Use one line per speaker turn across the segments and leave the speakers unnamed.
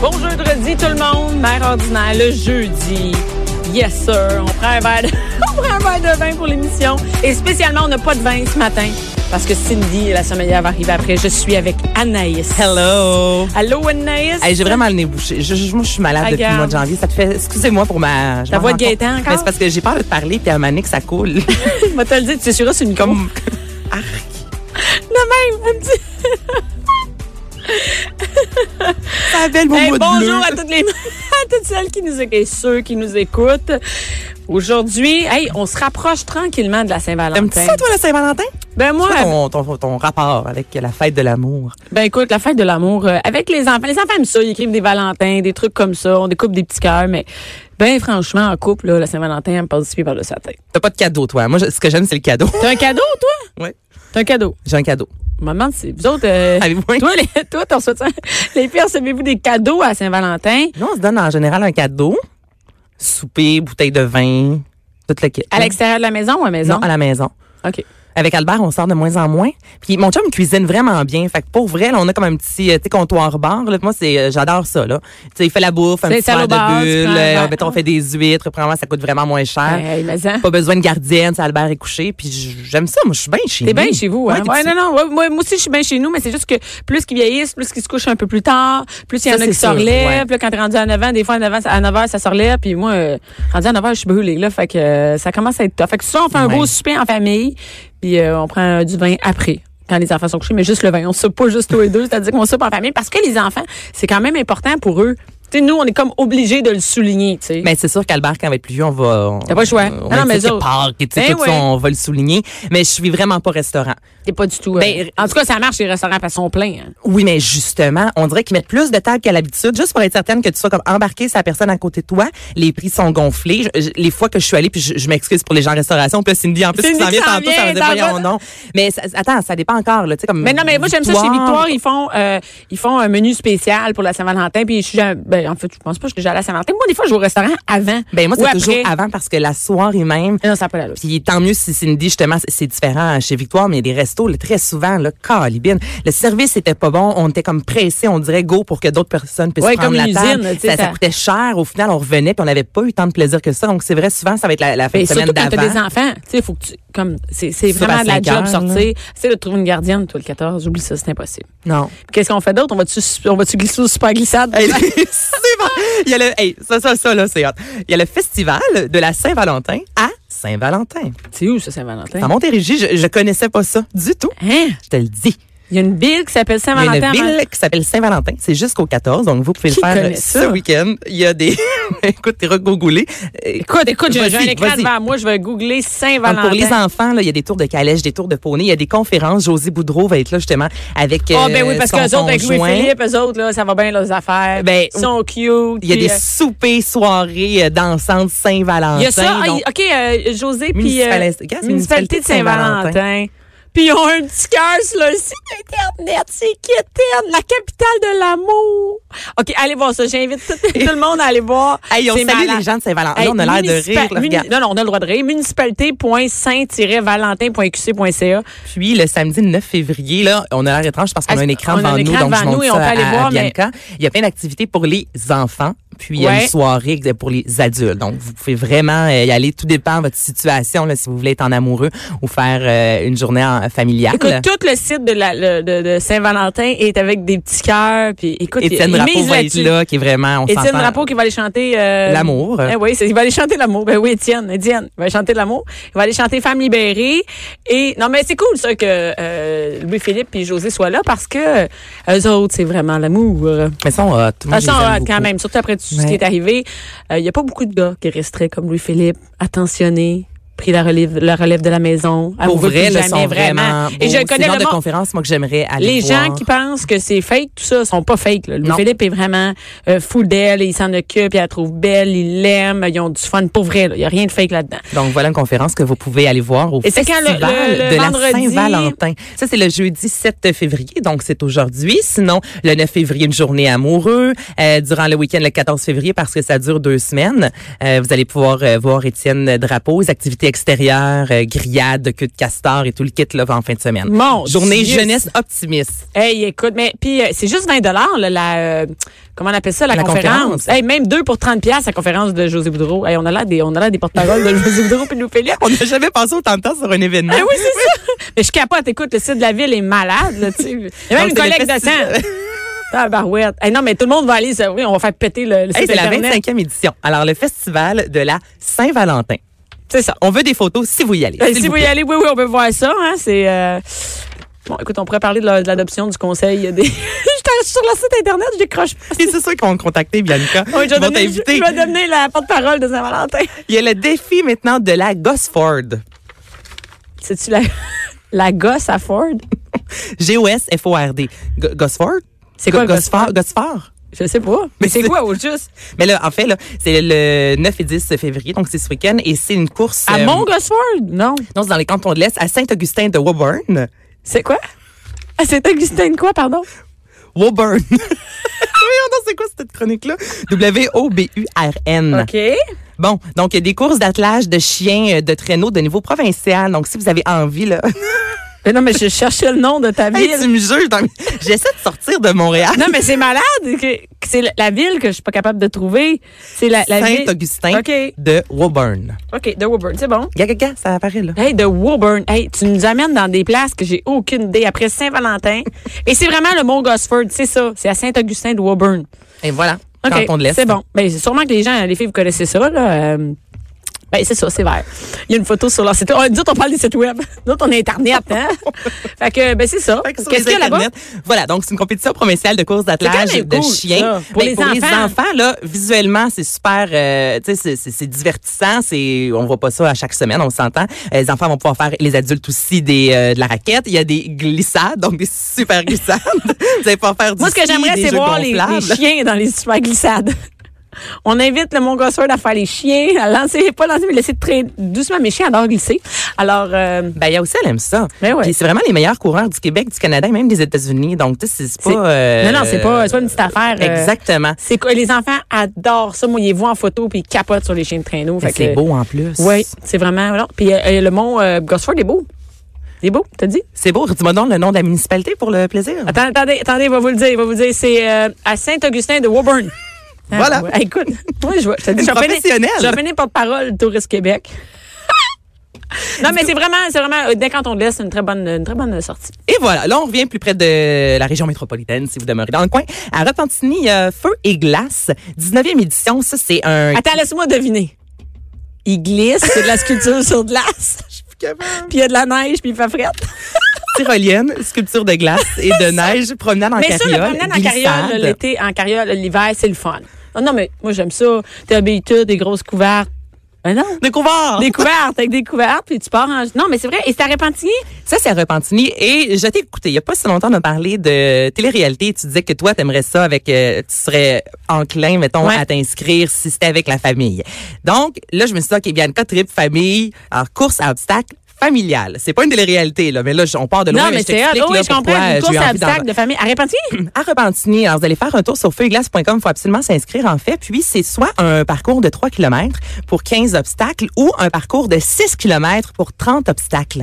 Bon jeudi tout le monde, mère ordinaire le jeudi. Yes sir, on prend un verre de, on prend un verre de vin pour l'émission. Et spécialement, on n'a pas de vin ce matin parce que Cindy, la sommelière, va arriver après. Je suis avec Anaïs.
Hello!
Allô Anaïs.
Hey, j'ai vraiment le nez bouché. Je, je- moi, je suis malade depuis
Regarde.
le mois de janvier. Ça te fait. Excusez-moi pour ma. je
Ta
m'en
voix de
rends compte.
Gaétan encore?
Mais c'est parce que j'ai peur de parler puis à un moment donné que ça coule.
Je vais te le dire, tu t'essuieras sur une micro.
Comme. Arc.
De même, un petit-
Ça belle mon
Hey,
mot de
bonjour
bleu.
à toutes les à toutes celles qui nous écoutent et ceux qui nous écoutent. Aujourd'hui, hey, on se rapproche tranquillement de la
T'aimes-tu
Saint-Valentin.
ça, toi, la Saint-Valentin?
Ben moi,
Quoi ton, ton, ton rapport avec la fête de l'amour?
ben écoute, la fête de l'amour euh, avec les enfants, les enfants aiment ça, ils écrivent des Valentins, des trucs comme ça, on découpe des petits cœurs, mais ben franchement, en couple, là, la Saint-Valentin, elle me passe du pied par le tête.
T'as pas de cadeau, toi. Moi, je- ce que j'aime, c'est le cadeau.
T'as un cadeau, toi?
ouais.
T'as un cadeau.
J'ai un cadeau.
Maman, c'est vous autres. euh,
Avez-vous un-
toi, les, toi, t'en reçois Les filles, recevez-vous des cadeaux à Saint-Valentin?
Nous, on se donne en général un cadeau. Souper, bouteille de vin, tout le kit.
À l'extérieur de la maison ou à la maison?
Hein? Non, à la maison.
OK.
Avec Albert, on sort de moins en moins. Puis mon chum cuisine vraiment bien. Fait que pour vrai, là, on a comme un petit euh, tu sais, comptoir bar. Là. Moi, c'est euh, j'adore ça. Là. Tu sais, il fait la bouffe, un
C'est
petit verre
salobard,
de
tu prends
bulle.
un
euh,
verre.
mettons, on fait des huîtres. Premièrement, ça coûte vraiment moins cher.
Hey, mais ça.
Pas besoin de gardienne. tu sais, Albert est couché. Puis j- j'aime ça. Moi, je suis bien chez
T'es
nous.
bien chez vous, hein?
Ouais, t'es
Ouais,
chez-
non, non. ouais, moi, moi aussi, je suis bien chez nous, mais c'est juste que plus qu'ils vieillissent, plus qu'ils se couchent un peu plus tard, plus il y en
Ça,
a qui
c'est
se
sûr,
relèvent.
ouais.
Puis là, quand t'es rendu à 9 ans, des fois, à 9 ans, à 9 h, ça se relève. Puis moi, euh, rendu à 9 h, je suis brûlée, là. Fait que euh, ça commence à être tough. Fait que ça, on fait un
Ouais.
beau souper en famille, puis euh, on prend euh, du vin après. Quand les enfants sont couchés, mais juste le vin. On soupe pas juste tous les deux, c'est-à-dire qu'on soupe en famille parce que les enfants, c'est quand même important pour eux. Tu sais, nous, on est comme obligés de le souligner, tu sais.
Mais c'est sûr qu'Albert, quand il va être plus vieux, on va. on-
T'as pas le choix.
On
Non,
va
non, mais
dire
eux
c'est
autres.
Pâques, et tu sais,
Ben
tout ça,
ouais.
on va le souligner. Mais je suis vraiment pas restaurant.
T'es pas du tout. euh,
Ben,
en tout cas, ça marche les restaurants parce qu'ils sont pleins. hein.
Oui, mais justement, on dirait qu'ils mettent plus de tables qu'à l'habitude, juste pour être certaine que tu sois comme embarqué sur la personne à côté de toi. Les prix sont gonflés. Je- je- les fois que je suis allée, puis je, je m'excuse pour les gens en restauration, puis là, Cindy en plus
Cindy
qui s'en
qui
vient
s'en
tantôt,
vient,
ça va dire
t'en
voyons
vas-
non. Mais ça- attends, ça dépend encore là, tu sais comme.
Mais non, mais moi j'aime ça chez Victoire, ils font euh, ils font un menu spécial pour la Saint-Valentin puis je suis jamais- ben en fait, je pense pas que je suis déjà allée à la Saint-Valentin. Moi des fois je vais au restaurant avant.
Ben moi
ou
c'est
après.
toujours avant parce que la soirée même.
Non, ça n'a pas la logique.
Puis tant mieux si Cindy, justement, c'est- c'est différent chez Victoire, mais les restos, là, très souvent, là, calibine. Le service était pas bon, on était comme pressé, on dirait go pour que d'autres personnes puissent
Ouais,
prendre
comme
la
une
table.
usine, tu sais,
ça, ça
ça-
coûtait cher. Au final, on revenait puis on n'avait pas eu tant de plaisir que ça. Donc c'est vrai, souvent, ça va être la, la fin
Ben,
de semaine
surtout quand t'as des
d'avant.
enfants, tu sais, faut que tu, comme, c'est, c'est
Sauf à
vraiment de la
cinq
job
heures,
sortir. C'est de trouver une gardienne, toi, le 14. J'oublie ça, c'est impossible.
Non.
Qu'est-ce qu'on fait d'autre? On va-tu, on va-tu glisser au super glissade?
Hey, c'est bon. Il y a le, hey, ça, ça, ça, là, c'est hot. Il y a le festival de la Saint-Valentin à Saint-Valentin.
C'est où, ça, Saint-Valentin?
À Montérégie, je, je connaissais pas ça du tout.
Hein?
Je te le dis.
Il y a une ville qui s'appelle
Il y a
Saint-Valentin.
une
à
ville qui s'appelle Saint-Valentin. C'est jusqu'au 14, donc vous pouvez
Qui
le
connaît
faire
ça?
ce week-end. Il y a des... Écoute, t'es regogoulé. Euh,
Écoute, écoute, j'ai, j'ai un
Vas-y,
écran
vas-y.
devant moi, je vais googler
donc,
Saint-Valentin.
pour les enfants, là, il y a des tours de calèche, des tours de poney, il y a des conférences. Josie Boudreau va être là justement avec euh,
Ah, ben oui, parce
que
que les autres, avec Louis-Philippe, eux autres, là, ça va bien leurs affaires.
Ben,
Ils sont cute.
Il y a
puis,
des
euh,
soupers, soirées euh, dansantes Saint-Valentin.
Il y a ça. Ah,
Donc,
il- OK, euh, José, puis. euh,
Municipalité- Gaz,
municipalité de Saint-Valentin. Puis ils ont un petit cœur sur leur site Internet. C'est quétaine. La capitale de l'amour. OK, allez voir ça. J'invite tout, tout le monde à aller voir.
Hey, on
C'est
salue
malade.
les gens de Saint-Valentin.
Hey,
on a l'air de
municipa-
rire. là,
muni-
regarde.
Non, non, on a le droit de rire. Municipalité.saint-valentin.qc.ca.
Puis le samedi 9 février, là, on a l'air étrange parce qu'on a un écran
On a
devant
un
nous,
écran
donc je
devant nous
montre
et on
ça
peut aller
à, à
voir, mais-
Bianca. Il y a plein d'activités pour les enfants, puis il y a
Ouais.
une soirée pour les adultes. Donc vous pouvez vraiment euh, y aller, tout dépend de votre situation, là, si vous voulez être en amoureux ou faire euh, une journée en- familiale.
Écoute, tout le site de, la, le- de, de Saint-Valentin est avec des petits cœurs. Puis écoute, il
Étienne
il
Drapeau
mise
va être
là-dessus.
là, qui est vraiment, on
Étienne
s'entend,
Drapeau qui va aller chanter euh,
L'amour.
Eh oui, c'est- il va aller chanter l'amour. Ben oui, Étienne, Étienne, il va aller chanter l'amour. Il va aller chanter Femme libérée. Et non, mais c'est cool ça que euh, Louis Philippe et José soient là parce que euh, eux autres, c'est vraiment l'amour.
Mais ça, on a tout le
De
monde
toute façon,
les aime
euh, quand
beaucoup.
même, surtout après tout ce qui
Ouais.
est arrivé, euh, il y a pas beaucoup de gars qui resteraient comme Louis Philippe, attentionnés, pris la relève, la relève de la maison. Elle
Pour
vous veut
vrai,
plus
le
jamais,
sont vraiment.
Et je
beaux. C'est
connais
genre
le
de
monde.
conférence, moi, que j'aimerais aller
Les
voir.
gens qui pensent que c'est fake, tout ça, sont pas fake. Là. Louis
Non.
Philippe est vraiment euh, fou d'elle, il s'en occupe, il la trouve belle, il l'aime, ils ont du fun. Pour vrai, là. il y a rien de fake là-dedans.
Donc voilà une conférence que vous pouvez aller voir au
Et c'est quand
festival
le- le- le
de la
vendredi?
Saint-Valentin. Ça c'est le jeudi 7 février, donc c'est aujourd'hui. Sinon le 9 février une journée amoureux Euh, durant le week-end le 14 février parce que ça dure deux semaines. euh, vous allez pouvoir euh, voir Étienne Drapeau, les activités extérieures, euh, grillades, queue de castor et tout le kit là en fin de semaine.
Mon
journée
Dieu.
jeunesse optimiste.
Hey, écoute, mais puis euh, c'est juste 20 dollars la euh, comment on appelle ça la,
La
conférence.
conférence.
Hey, même deux pour 30 pièces la conférence de José Boudreau. Hey, on a là des on a là des porte-paroles de José Boudreau puis de Louis Philippe.
On n'a jamais passé autant de temps sur un événement.
Ah oui, c'est ça. Mais je capote, écoute, le site de la ville est malade, là, tu sais. Il y a même une
Donc, c'est le
collecte de
festival.
sang. Ah, barouette. Hey, non, mais tout le monde va aller, ça, oui, on va faire péter le, le
Hey,
site
c'est la
Internet.
25e édition. Alors le festival de la Saint-Valentin.
C'est ça.
On veut des photos si vous y allez.
Euh,
s'il
si vous
plaît.
y allez, oui, oui, on peut voir ça. Hein, c'est euh, bon. Écoute, on pourrait parler de la- de l'adoption du conseil des. J'étais sur le site internet, je décroche. pas.
Et c'est sûr qu'on va contacter Bianca.
Oui, je,
Ils
vais
vont
donner, je,
t'inviter.
je vais donner la porte-parole de Saint-Valentin.
Il y a le défi maintenant de la Gosford.
C'est-tu la, la gosse à Ford?
G-O-S-F-O-R-D. Go- Gosford?
C'est quoi,
Go- Gosford? Gosford?
Je sais pas. Mais c'est
c'est-
quoi, au juste?
Mais là, en fait, là, c'est le 9 et 10 février, donc c'est ce week-end, et c'est une course.
À
euh,
mon Gosford? Non.
Non, c'est dans les cantons de l'Est, à Saint-Augustin de Woburn.
C'est quoi? Ah, c'est Augustin de quoi, pardon?
Woburn. Oui, non, c'est quoi cette chronique-là? W-O-B-U-R-N.
OK. Hey,
Bon, donc il y a des courses d'attelage de chiens, euh, de traîneaux de niveau provincial. Donc, si vous avez envie, là,
Mais non, mais je cherchais le nom de ta
Hey, tu
ville.
me juges. dans- J'essaie de sortir de Montréal.
Non, mais c'est malade. que- que C'est la- la ville que je suis pas capable de trouver. C'est la, la ville.
Saint-Augustin
OK.
de Woburn.
OK, de Woburn. C'est bon.
Gaga, gaga, ça apparaît là.
Hey, de Woburn. Hey, tu nous amènes dans des places que j'ai aucune idée après Saint-Valentin. Et c'est vraiment le mont Gosford, c'est ça. C'est à Saint-Augustin de Woburn.
Et voilà.
OK,
Canton de l'Est.
C'est bon. Mais sûrement que les gens, les filles, vous connaissez ça, là. euh, ben, c'est ça, c'est vert. Il y a une photo sur leur site. Oh, nous autres, on parle des sites web. Nous autres, on est Internet, hein? fait que, ben, c'est ça.
Fait que sur
Qu'est-ce
les
qu'il y a là-bas?
internets, Voilà, donc c'est une compétition provinciale de course d'attelage
C'est quand même cool,
de
ça,
chiens.
pour
Mais
les
pour les
enfants.
enfants, là, visuellement, c'est super, euh, tu sais, c'est- c'est c'est divertissant. C'est, on voit pas ça à chaque semaine, on s'entend. Euh, Les enfants vont pouvoir faire, les adultes aussi, des, euh, de la raquette. Il y a des glissades, donc des super glissades. Vous allez pouvoir faire du
Moi, ce que
ski,
j'aimerais,
des
c'est
jeux
voir les, les
gonflables.
chiens dans les super glissades. On invite le Montgolfier à faire les chiens, à lancer, pas lancer, mais laisser très doucement. Mes chiens adorent glisser. Alors, euh,
Ben, il y a aussi, elle aime ça.
Ben ouais.
Puis c'est vraiment les meilleurs coureurs du Québec, du Canada et même des États-Unis. Donc, tu sais, c'est
c'est-
pas. euh,
non, non, c'est pas, c'est pas une petite affaire. euh,
Exactement.
C'est quoi? Les enfants adorent ça. Moi, ils les voient en photo puis ils capotent sur les chiens de traîneau.
Mais
Fait
C'est
que-
beau en plus.
Oui, c'est vraiment. Non. Puis euh, euh, le mont euh, Gosford est beau. Il est beau, t'as dit?
C'est beau. Dis-moi donc le nom de la municipalité pour le plaisir.
Attends, attendez, attendez, il va vous le dire. Il va vous le dire, c'est euh, à Saint-Augustin de Woburn. Hein,
Voilà.
ouais. Hey, écoute, moi, je vois. Je te dis,
Une
je vais finir-
professionnelle.
Je vais finir porte-parole Touriste Québec. non, mais c'est vraiment, c'est vraiment, euh, dès quand on le laisse, c'est une très bonne, une très bonne sortie.
Et voilà. Là, on revient plus près de la région métropolitaine, si vous demeurez dans le coin. À Repentigny, il y a Feu et Glace, 19e édition. Ça, c'est un.
Attends, laisse-moi deviner. Il glisse, c'est de la sculpture sur glace, puis il y a de la neige, puis il fait frette.
Tyrolienne, sculpture de glace et de neige, promenade en
Mais ça,
carriole.
le promenade en
glissade.
carriole, l'été en carriole, l'hiver, c'est le fun. Non, non, mais moi, j'aime ça. T'es habillé tout, des grosses couvertes. Mais non.
Des couverts.
Des couvertes, avec des couvertes, puis tu pars en. Non, mais c'est vrai. Et c'est à Repentigny?
Ça, c'est à Repentigny. Et je t'ai écouté. Il n'y a pas si longtemps, on a parlé de télé-réalité. Tu disais que toi, t'aimerais ça avec, euh, tu serais enclin, mettons,
Ouais.
à t'inscrire si c'était avec la famille. Donc, là, je me suis dit, OK, Bianca, trip famille, alors course à obstacles familiale. C'est pas une télé-réalité, là, mais là, je- on part de loin.
non, mais
je
c'est.
t'explique,
hot. Oh,
là,
oui, je
pourquoi
comprends. Une
j'ai eu
course à
envie d'en-
obstacles de famille. À Repentigny?
à Repentigny. Alors, vous allez faire un tour sur feuilleglace.com. Il faut absolument s'inscrire, en fait. Puis, c'est soit un parcours de 3 km pour 15 obstacles ou un parcours de 6 km pour 30 obstacles.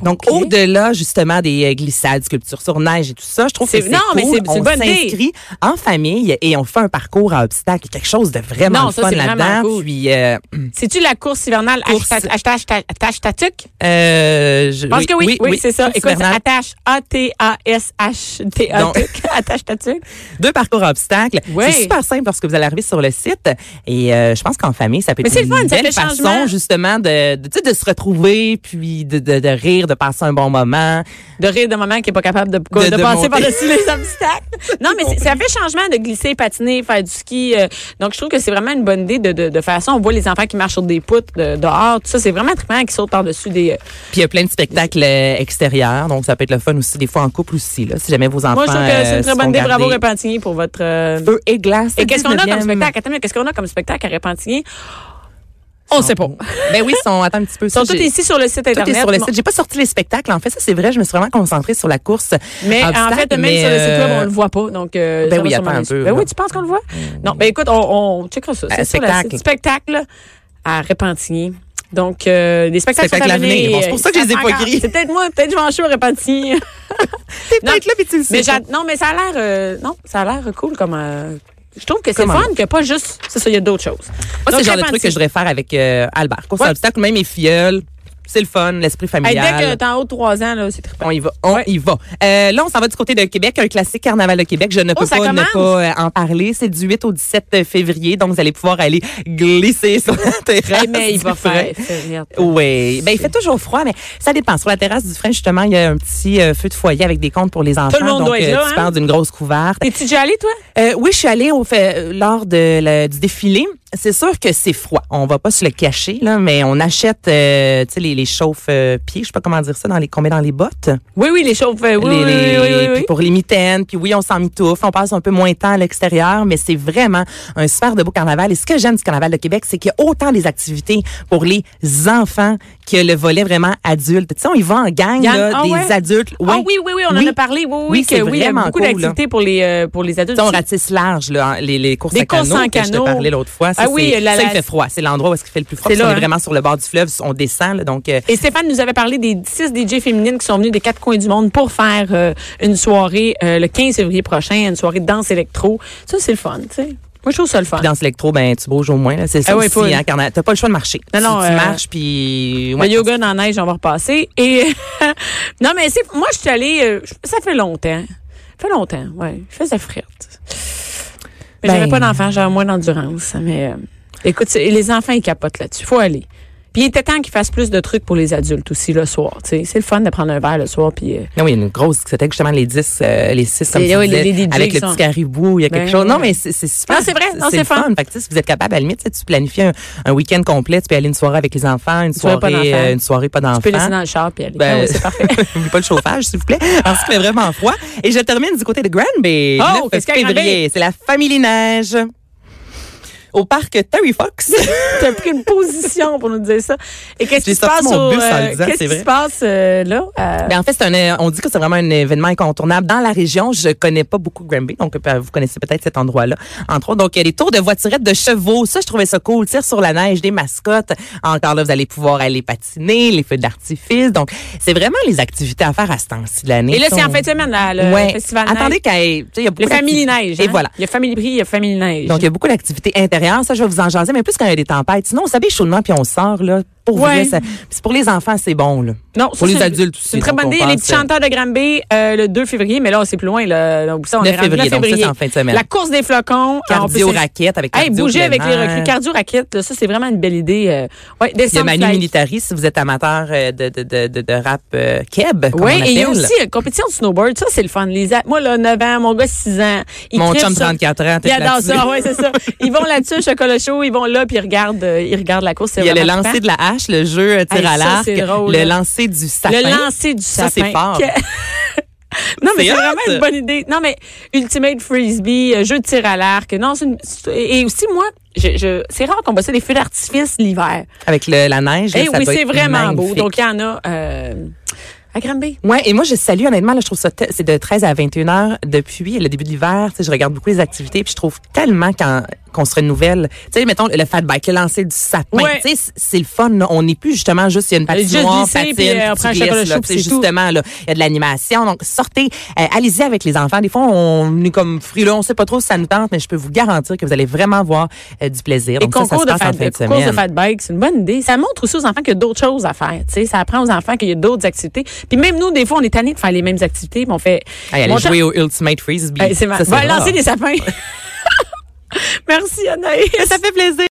Donc,
Ok.
au-delà, justement, des euh, glissades, sculptures sur neige et tout ça, je trouve que
C'est-
c'est
non, mais
cool.
c'est- c'est une
On
bonne idée.
s'inscrit en famille et on fait un parcours à obstacles. Quelque chose de vraiment
Non,
le
ça,
fun
c'est vraiment
là-dedans.
cool.
Puis, euh,
C'est-tu la course hivernale
Course.
hashtag- hashtag- hashtag- attache ta tuque?
euh, je-
Je pense que oui. Oui, c'est ça.
Merci,
Écoute, ça
Bernard.
attache A-T-A-S-H-T-A
Donc-
tuque. Attache ta tuque.
Deux parcours à obstacles.
Oui.
C'est super simple parce que vous allez arriver sur le site et euh, je pense qu'en famille, ça peut
Mais
être
c'est le
une
fun, ça
belle
fait
façon
changement.
justement de, de, tu sais, de se retrouver puis de, de, de rire, de passer un bon moment.
De rire de maman qui est pas capable de, de,
De- de
passer
monter.
par-dessus les obstacles. Non, mais c'est- ça fait changement de glisser, patiner, faire du ski. euh, donc, je trouve que c'est vraiment une bonne idée de, de, de faire ça. On voit les enfants qui marchent sur des poutres de- dehors, tout ça. C'est vraiment trippant qui sautent par-dessus des... euh,
Puis il y a plein de spectacles euh, extérieurs, donc ça peut être le fun aussi, des fois en couple aussi, là, si jamais vos enfants.
Moi, je trouve que c'est
euh,
une très
se
bonne
font
idée.
garder.
Bravo, Repentigny, pour votre... euh,
Feu et glace.
Et qu'est-ce qu'on a comme
19e.
spectacle? Attends, mais qu'est-ce qu'on a comme spectacle à Repentigny? On sait pas.
Ben oui, ils sont, attends un petit peu.
Ils sont tous ici sur le site Internet.
Tout est sur le
Bon.
site. J'ai pas sorti les spectacles. En fait, ça, c'est vrai. Je me suis vraiment concentrée sur la course.
Mais en
obstacle,
fait, même
mais,
sur le site web,
euh,
on le voit pas. Donc, euh, ça
ben
va
oui,
sûrement
attends un
aller-
peu,
Ben
là. Mm. Euh,
oui, tu penses qu'on le voit? Non, ben écoute, on, on checkera ça. C'est sur le
spectacle.
site spectacle à Repentigny. Donc, euh, les spectacles
Spectacle
sont
à venir. Bon, c'est pour ça que je les ai pas
Encore.
écrits.
C'est peut-être moi, peut-être je vais en chier à Repentigny.
T'es
Non.
peut-être là, puis tu le sais.
mais
pas.
j'a- non, mais ça a l'air, euh, non, ça a l'air cool comme, euh, je trouve que c'est
Comme
fun
un-
que pas juste, c'est ça, il y a d'autres choses.
Moi, c'est
Donc,
le genre de
Repentigny.
truc que je voudrais faire avec euh, Albert. Course
Ouais.
à obstacle, même mes filleuls. C'est le fun, l'esprit
Hey,
familial.
dès que t'es en haut de 3 ans, là, c'est trippant.
On y va, on y va. Euh, là, on s'en va du côté de Québec, un classique carnaval de Québec. Je ne peux
Oh, ça
pas ne
commence?
pas euh, en parler. C'est du 8 au 17 février, donc vous allez pouvoir aller glisser sur la terrasse.
Hey, Eh, mais il
du
va
frein.
faire. faire rire.
Oui, ben il fait toujours froid, mais ça dépend. Sur la terrasse du frein, justement, il y a un petit euh, feu de foyer avec des comptes pour les enfants.
monde
donc, euh,
doit être là,
tu
hein?
parles d'une grosse couverte.
T'es-tu déjà allé, toi?
Euh, oui, je suis allée au fait, euh, lors de la- du défilé. C'est sûr que c'est froid. On va pas se le cacher, là, mais on achète, euh, tu sais, les, les chauffe-pieds, je sais pas comment dire ça, dans les qu'on met dans les bottes.
Oui, oui, les chauffes. Oui,
Les- euh,
oui,
les-
oui, oui, oui.
puis pour les mitaines, puis oui, on s'en mitouffe, on passe un peu moins de temps à l'extérieur, mais c'est vraiment un super de beau carnaval. Et ce que j'aime du carnaval de Québec, c'est qu'il y a autant les activités pour les enfants que le volet vraiment adulte. Tu sais, on y va en gang,
Yann,
là,
ah
des
ouais?
adultes.
Ah oui, oui, oui, on en a parlé. Oui, oui,
Oui,
que
c'est
oui, il y a
vraiment
beaucoup
cool, là.
d'activités pour les euh, pour les adultes.
Tu sais, on ratisse large, là, en- les, les courses
Des
à canot
courses en
que je te
canot.
parlais l'autre fois. Ça,
Ah oui,
c'est-
la-
ça, il
la-
fait froid. C'est l'endroit où est-ce qu'il fait le plus froid.
C'est
parce
là,
qu'on est
hein.
vraiment sur le bord du fleuve, on descend, là, donc euh,
Et Stéphane nous avait parlé des 6 DJ féminines qui sont venues des quatre coins du monde pour faire euh, une soirée euh, le 15 février prochain, une soirée de danse électro. Ça, c'est le fun, tu sais. Moi, je trouve ça le fun.
Puis dans ce électro, ben, tu bouges au moins. là. C'est ça
Ah ouais,
aussi,
full.
hein, carna- T'as pas le choix de marcher.
Non,
tu,
non,
tu
euh,
marches, puis...
Le yoga dans la neige, on va repasser. Et non, mais c'est moi, je suis allée. euh, je- ça fait longtemps. Ça fait longtemps, ouais. Je faisais frette. Mais
Ben-
j'avais pas d'enfant, j'avais moins d'endurance. Mais euh, écoute, c'est- les enfants, ils capotent là-dessus. Faut aller. Puis il était temps qu'ils fassent plus de trucs pour les adultes aussi le soir. tu sais. C'est le fun de prendre un verre le soir. Puis euh,
Non, Ah oui, une grosse discothèque, justement, les 10, euh, les 6, comme
Et
tu
oui,
disais,
les- les DJ
avec le
qui sont-
petit caribou, il y a quelque
Ben
chose. Non,
ouais.
mais c'est c'est super.
Non, c'est vrai. Non, c'est
le
fun.
Fait que, tu sais, si vous êtes capable, à la limite, tu sais, tu planifies un, un week-end complet, tu peux aller une soirée avec les enfants, une
soirée
soirée,
pas d'enfants.
euh, une soirée pas d'enfants.
tu peux laisser dans le char puis aller.
Ben,
Ah oui, c'est parfait.
N'oublie pas le chauffage, s'il vous plaît, parce qu'il fait vraiment froid. Et je termine du côté de Granby.
Oh,
9
qu'est-ce qu'il y a à
février, c'est la famille neige au parc Terry Fox.
T'as pris une position pour nous dire ça. Et qu'est-ce
J'ai
qui se
sorti
passe
mon
au,
bus en le
euh,
disant,
Qu'est-ce
c'est
qui
vrai.
se passe euh, là? euh,
Ben, en fait, c'est un, euh, on dit que c'est vraiment un événement incontournable dans la région. Je connais pas beaucoup Granby, donc euh, vous connaissez peut-être cet endroit-là. Entre autres, donc il y a des tours de voiturettes de chevaux. Ça, je trouvais ça cool. Tire sur la neige, des mascottes. Encore là, vous allez pouvoir aller patiner, les feux d'artifice. Donc, c'est vraiment les activités à faire à ce temps-ci de l'année.
Et là, c'est en
On-
fin de semaine, là, le
Ouais.
festival Neige.
Attendez qu'il y ait- tu sais, il y
Le
a beaucoup
Family
d'activités.
Neige.
Et
hein?
voilà.
Il y a Family Prix, il y a Family Neige.
Donc, il y a beaucoup d'activités intérieures. Ça, je vais vous en jaser, mais plus quand il y a des tempêtes. Sinon, on s'habille chaudement puis on sort, là. Pour
Ouais.
vrai, ça- puis pour les enfants, c'est bon, là.
non, ça,
pour les
c'est-
adultes aussi,
C'est une très
donc
bonne
on
idée. Les petits
pense, euh,
chanteur de Granby euh, le 2 février, mais là, c'est plus loin. Là. Donc, ça, on
9
est rendu le
février, donc ça, c'est en fin de semaine.
La course des flocons. Ah, on peut
Cardio
se-
raquette avec
Hey,
cardio
bouger
plein
avec les
air.
recrues. Cardio raquette, là, ça, c'est vraiment une belle idée. euh, ouais,
Il y a
descendre
Manu
la-
Militari, si vous êtes amateur euh, de, de, de, de, de rap euh, keb, comme
Oui,
on
et il y a
appelle.
aussi euh, compétition de snowboard. Ça, c'est le fun. Les a- Moi, là, 9 ans, mon gars, 6 ans. Il
Mon
tripe
chum,
sur-
34 ans, t'es
Il adore
là-dessus.
ça, ouais, c'est ça. Ils vont là-dessus, chocolat chaud, ils vont là, puis ils regardent, euh, ils regardent la course. c'est
Il y a le
vraiment
lancer
trippant.
de la hache, le jeu euh, tir
Hey,
à
ça,
l'arc,
c'est drôle,
le
là.
lancer du sapin.
Le lancer du
Ça,
sapin.
c'est fort.
Que- non, mais
C'est
c'est
hot.
vraiment une bonne idée. Non, mais Ultimate Frisbee, euh, jeu de tir à l'arc. Non, c'est une- c'est- Et aussi, moi, je, je- c'est rare qu'on bosse des feux d'artifice l'hiver.
Avec le- la neige, là,
Eh
ça
oui,
doit
c'est
être
vraiment beau.
magnifique.
Donc, il y en a euh, à Granby.
Ouais, et moi je salue honnêtement là, je trouve ça te- c'est de 13 à 21 heures depuis le début de l'hiver, tu sais je regarde beaucoup les activités puis je trouve tellement qu'en- qu'on se renouvelle. Tu sais mettons le fat bike, le lancer du sapin,
Ouais.
tu sais c'est- c'est le fun, là. on n'est plus justement juste il y a une
Juste
patinoire,
glisser,
patine,
puis, euh, on
tu
prend un
glisses,
chocolat
là,
chaud,
tu
puis
sais,
c'est tout.
justement là, il y a de l'animation. Donc sortez, euh, allez-y avec les enfants. Des fois on est comme frileux, on sait pas trop si ça nous tente, mais je peux vous garantir que vous allez vraiment avoir euh, du plaisir.
Et
Donc ça, ça
concours
se
de
passe en
fat-
fin de
concours de
semaine.
fat bike, c'est une bonne idée. Ça montre aussi aux enfants qu'il y a d'autres choses à faire. tu sais. Ça apprend aux enfants qu'il y a d'autres activités. Puis même nous, des fois, on est tannés de faire les mêmes activités, mais on fait...
Hey, allez
Mon temps-
jouer au Ultimate Frisbee.
Hey, c'est ma-
Ça, c'est
Va
rare.
lancer des sapins. Merci, Anaïs.
Ça fait plaisir.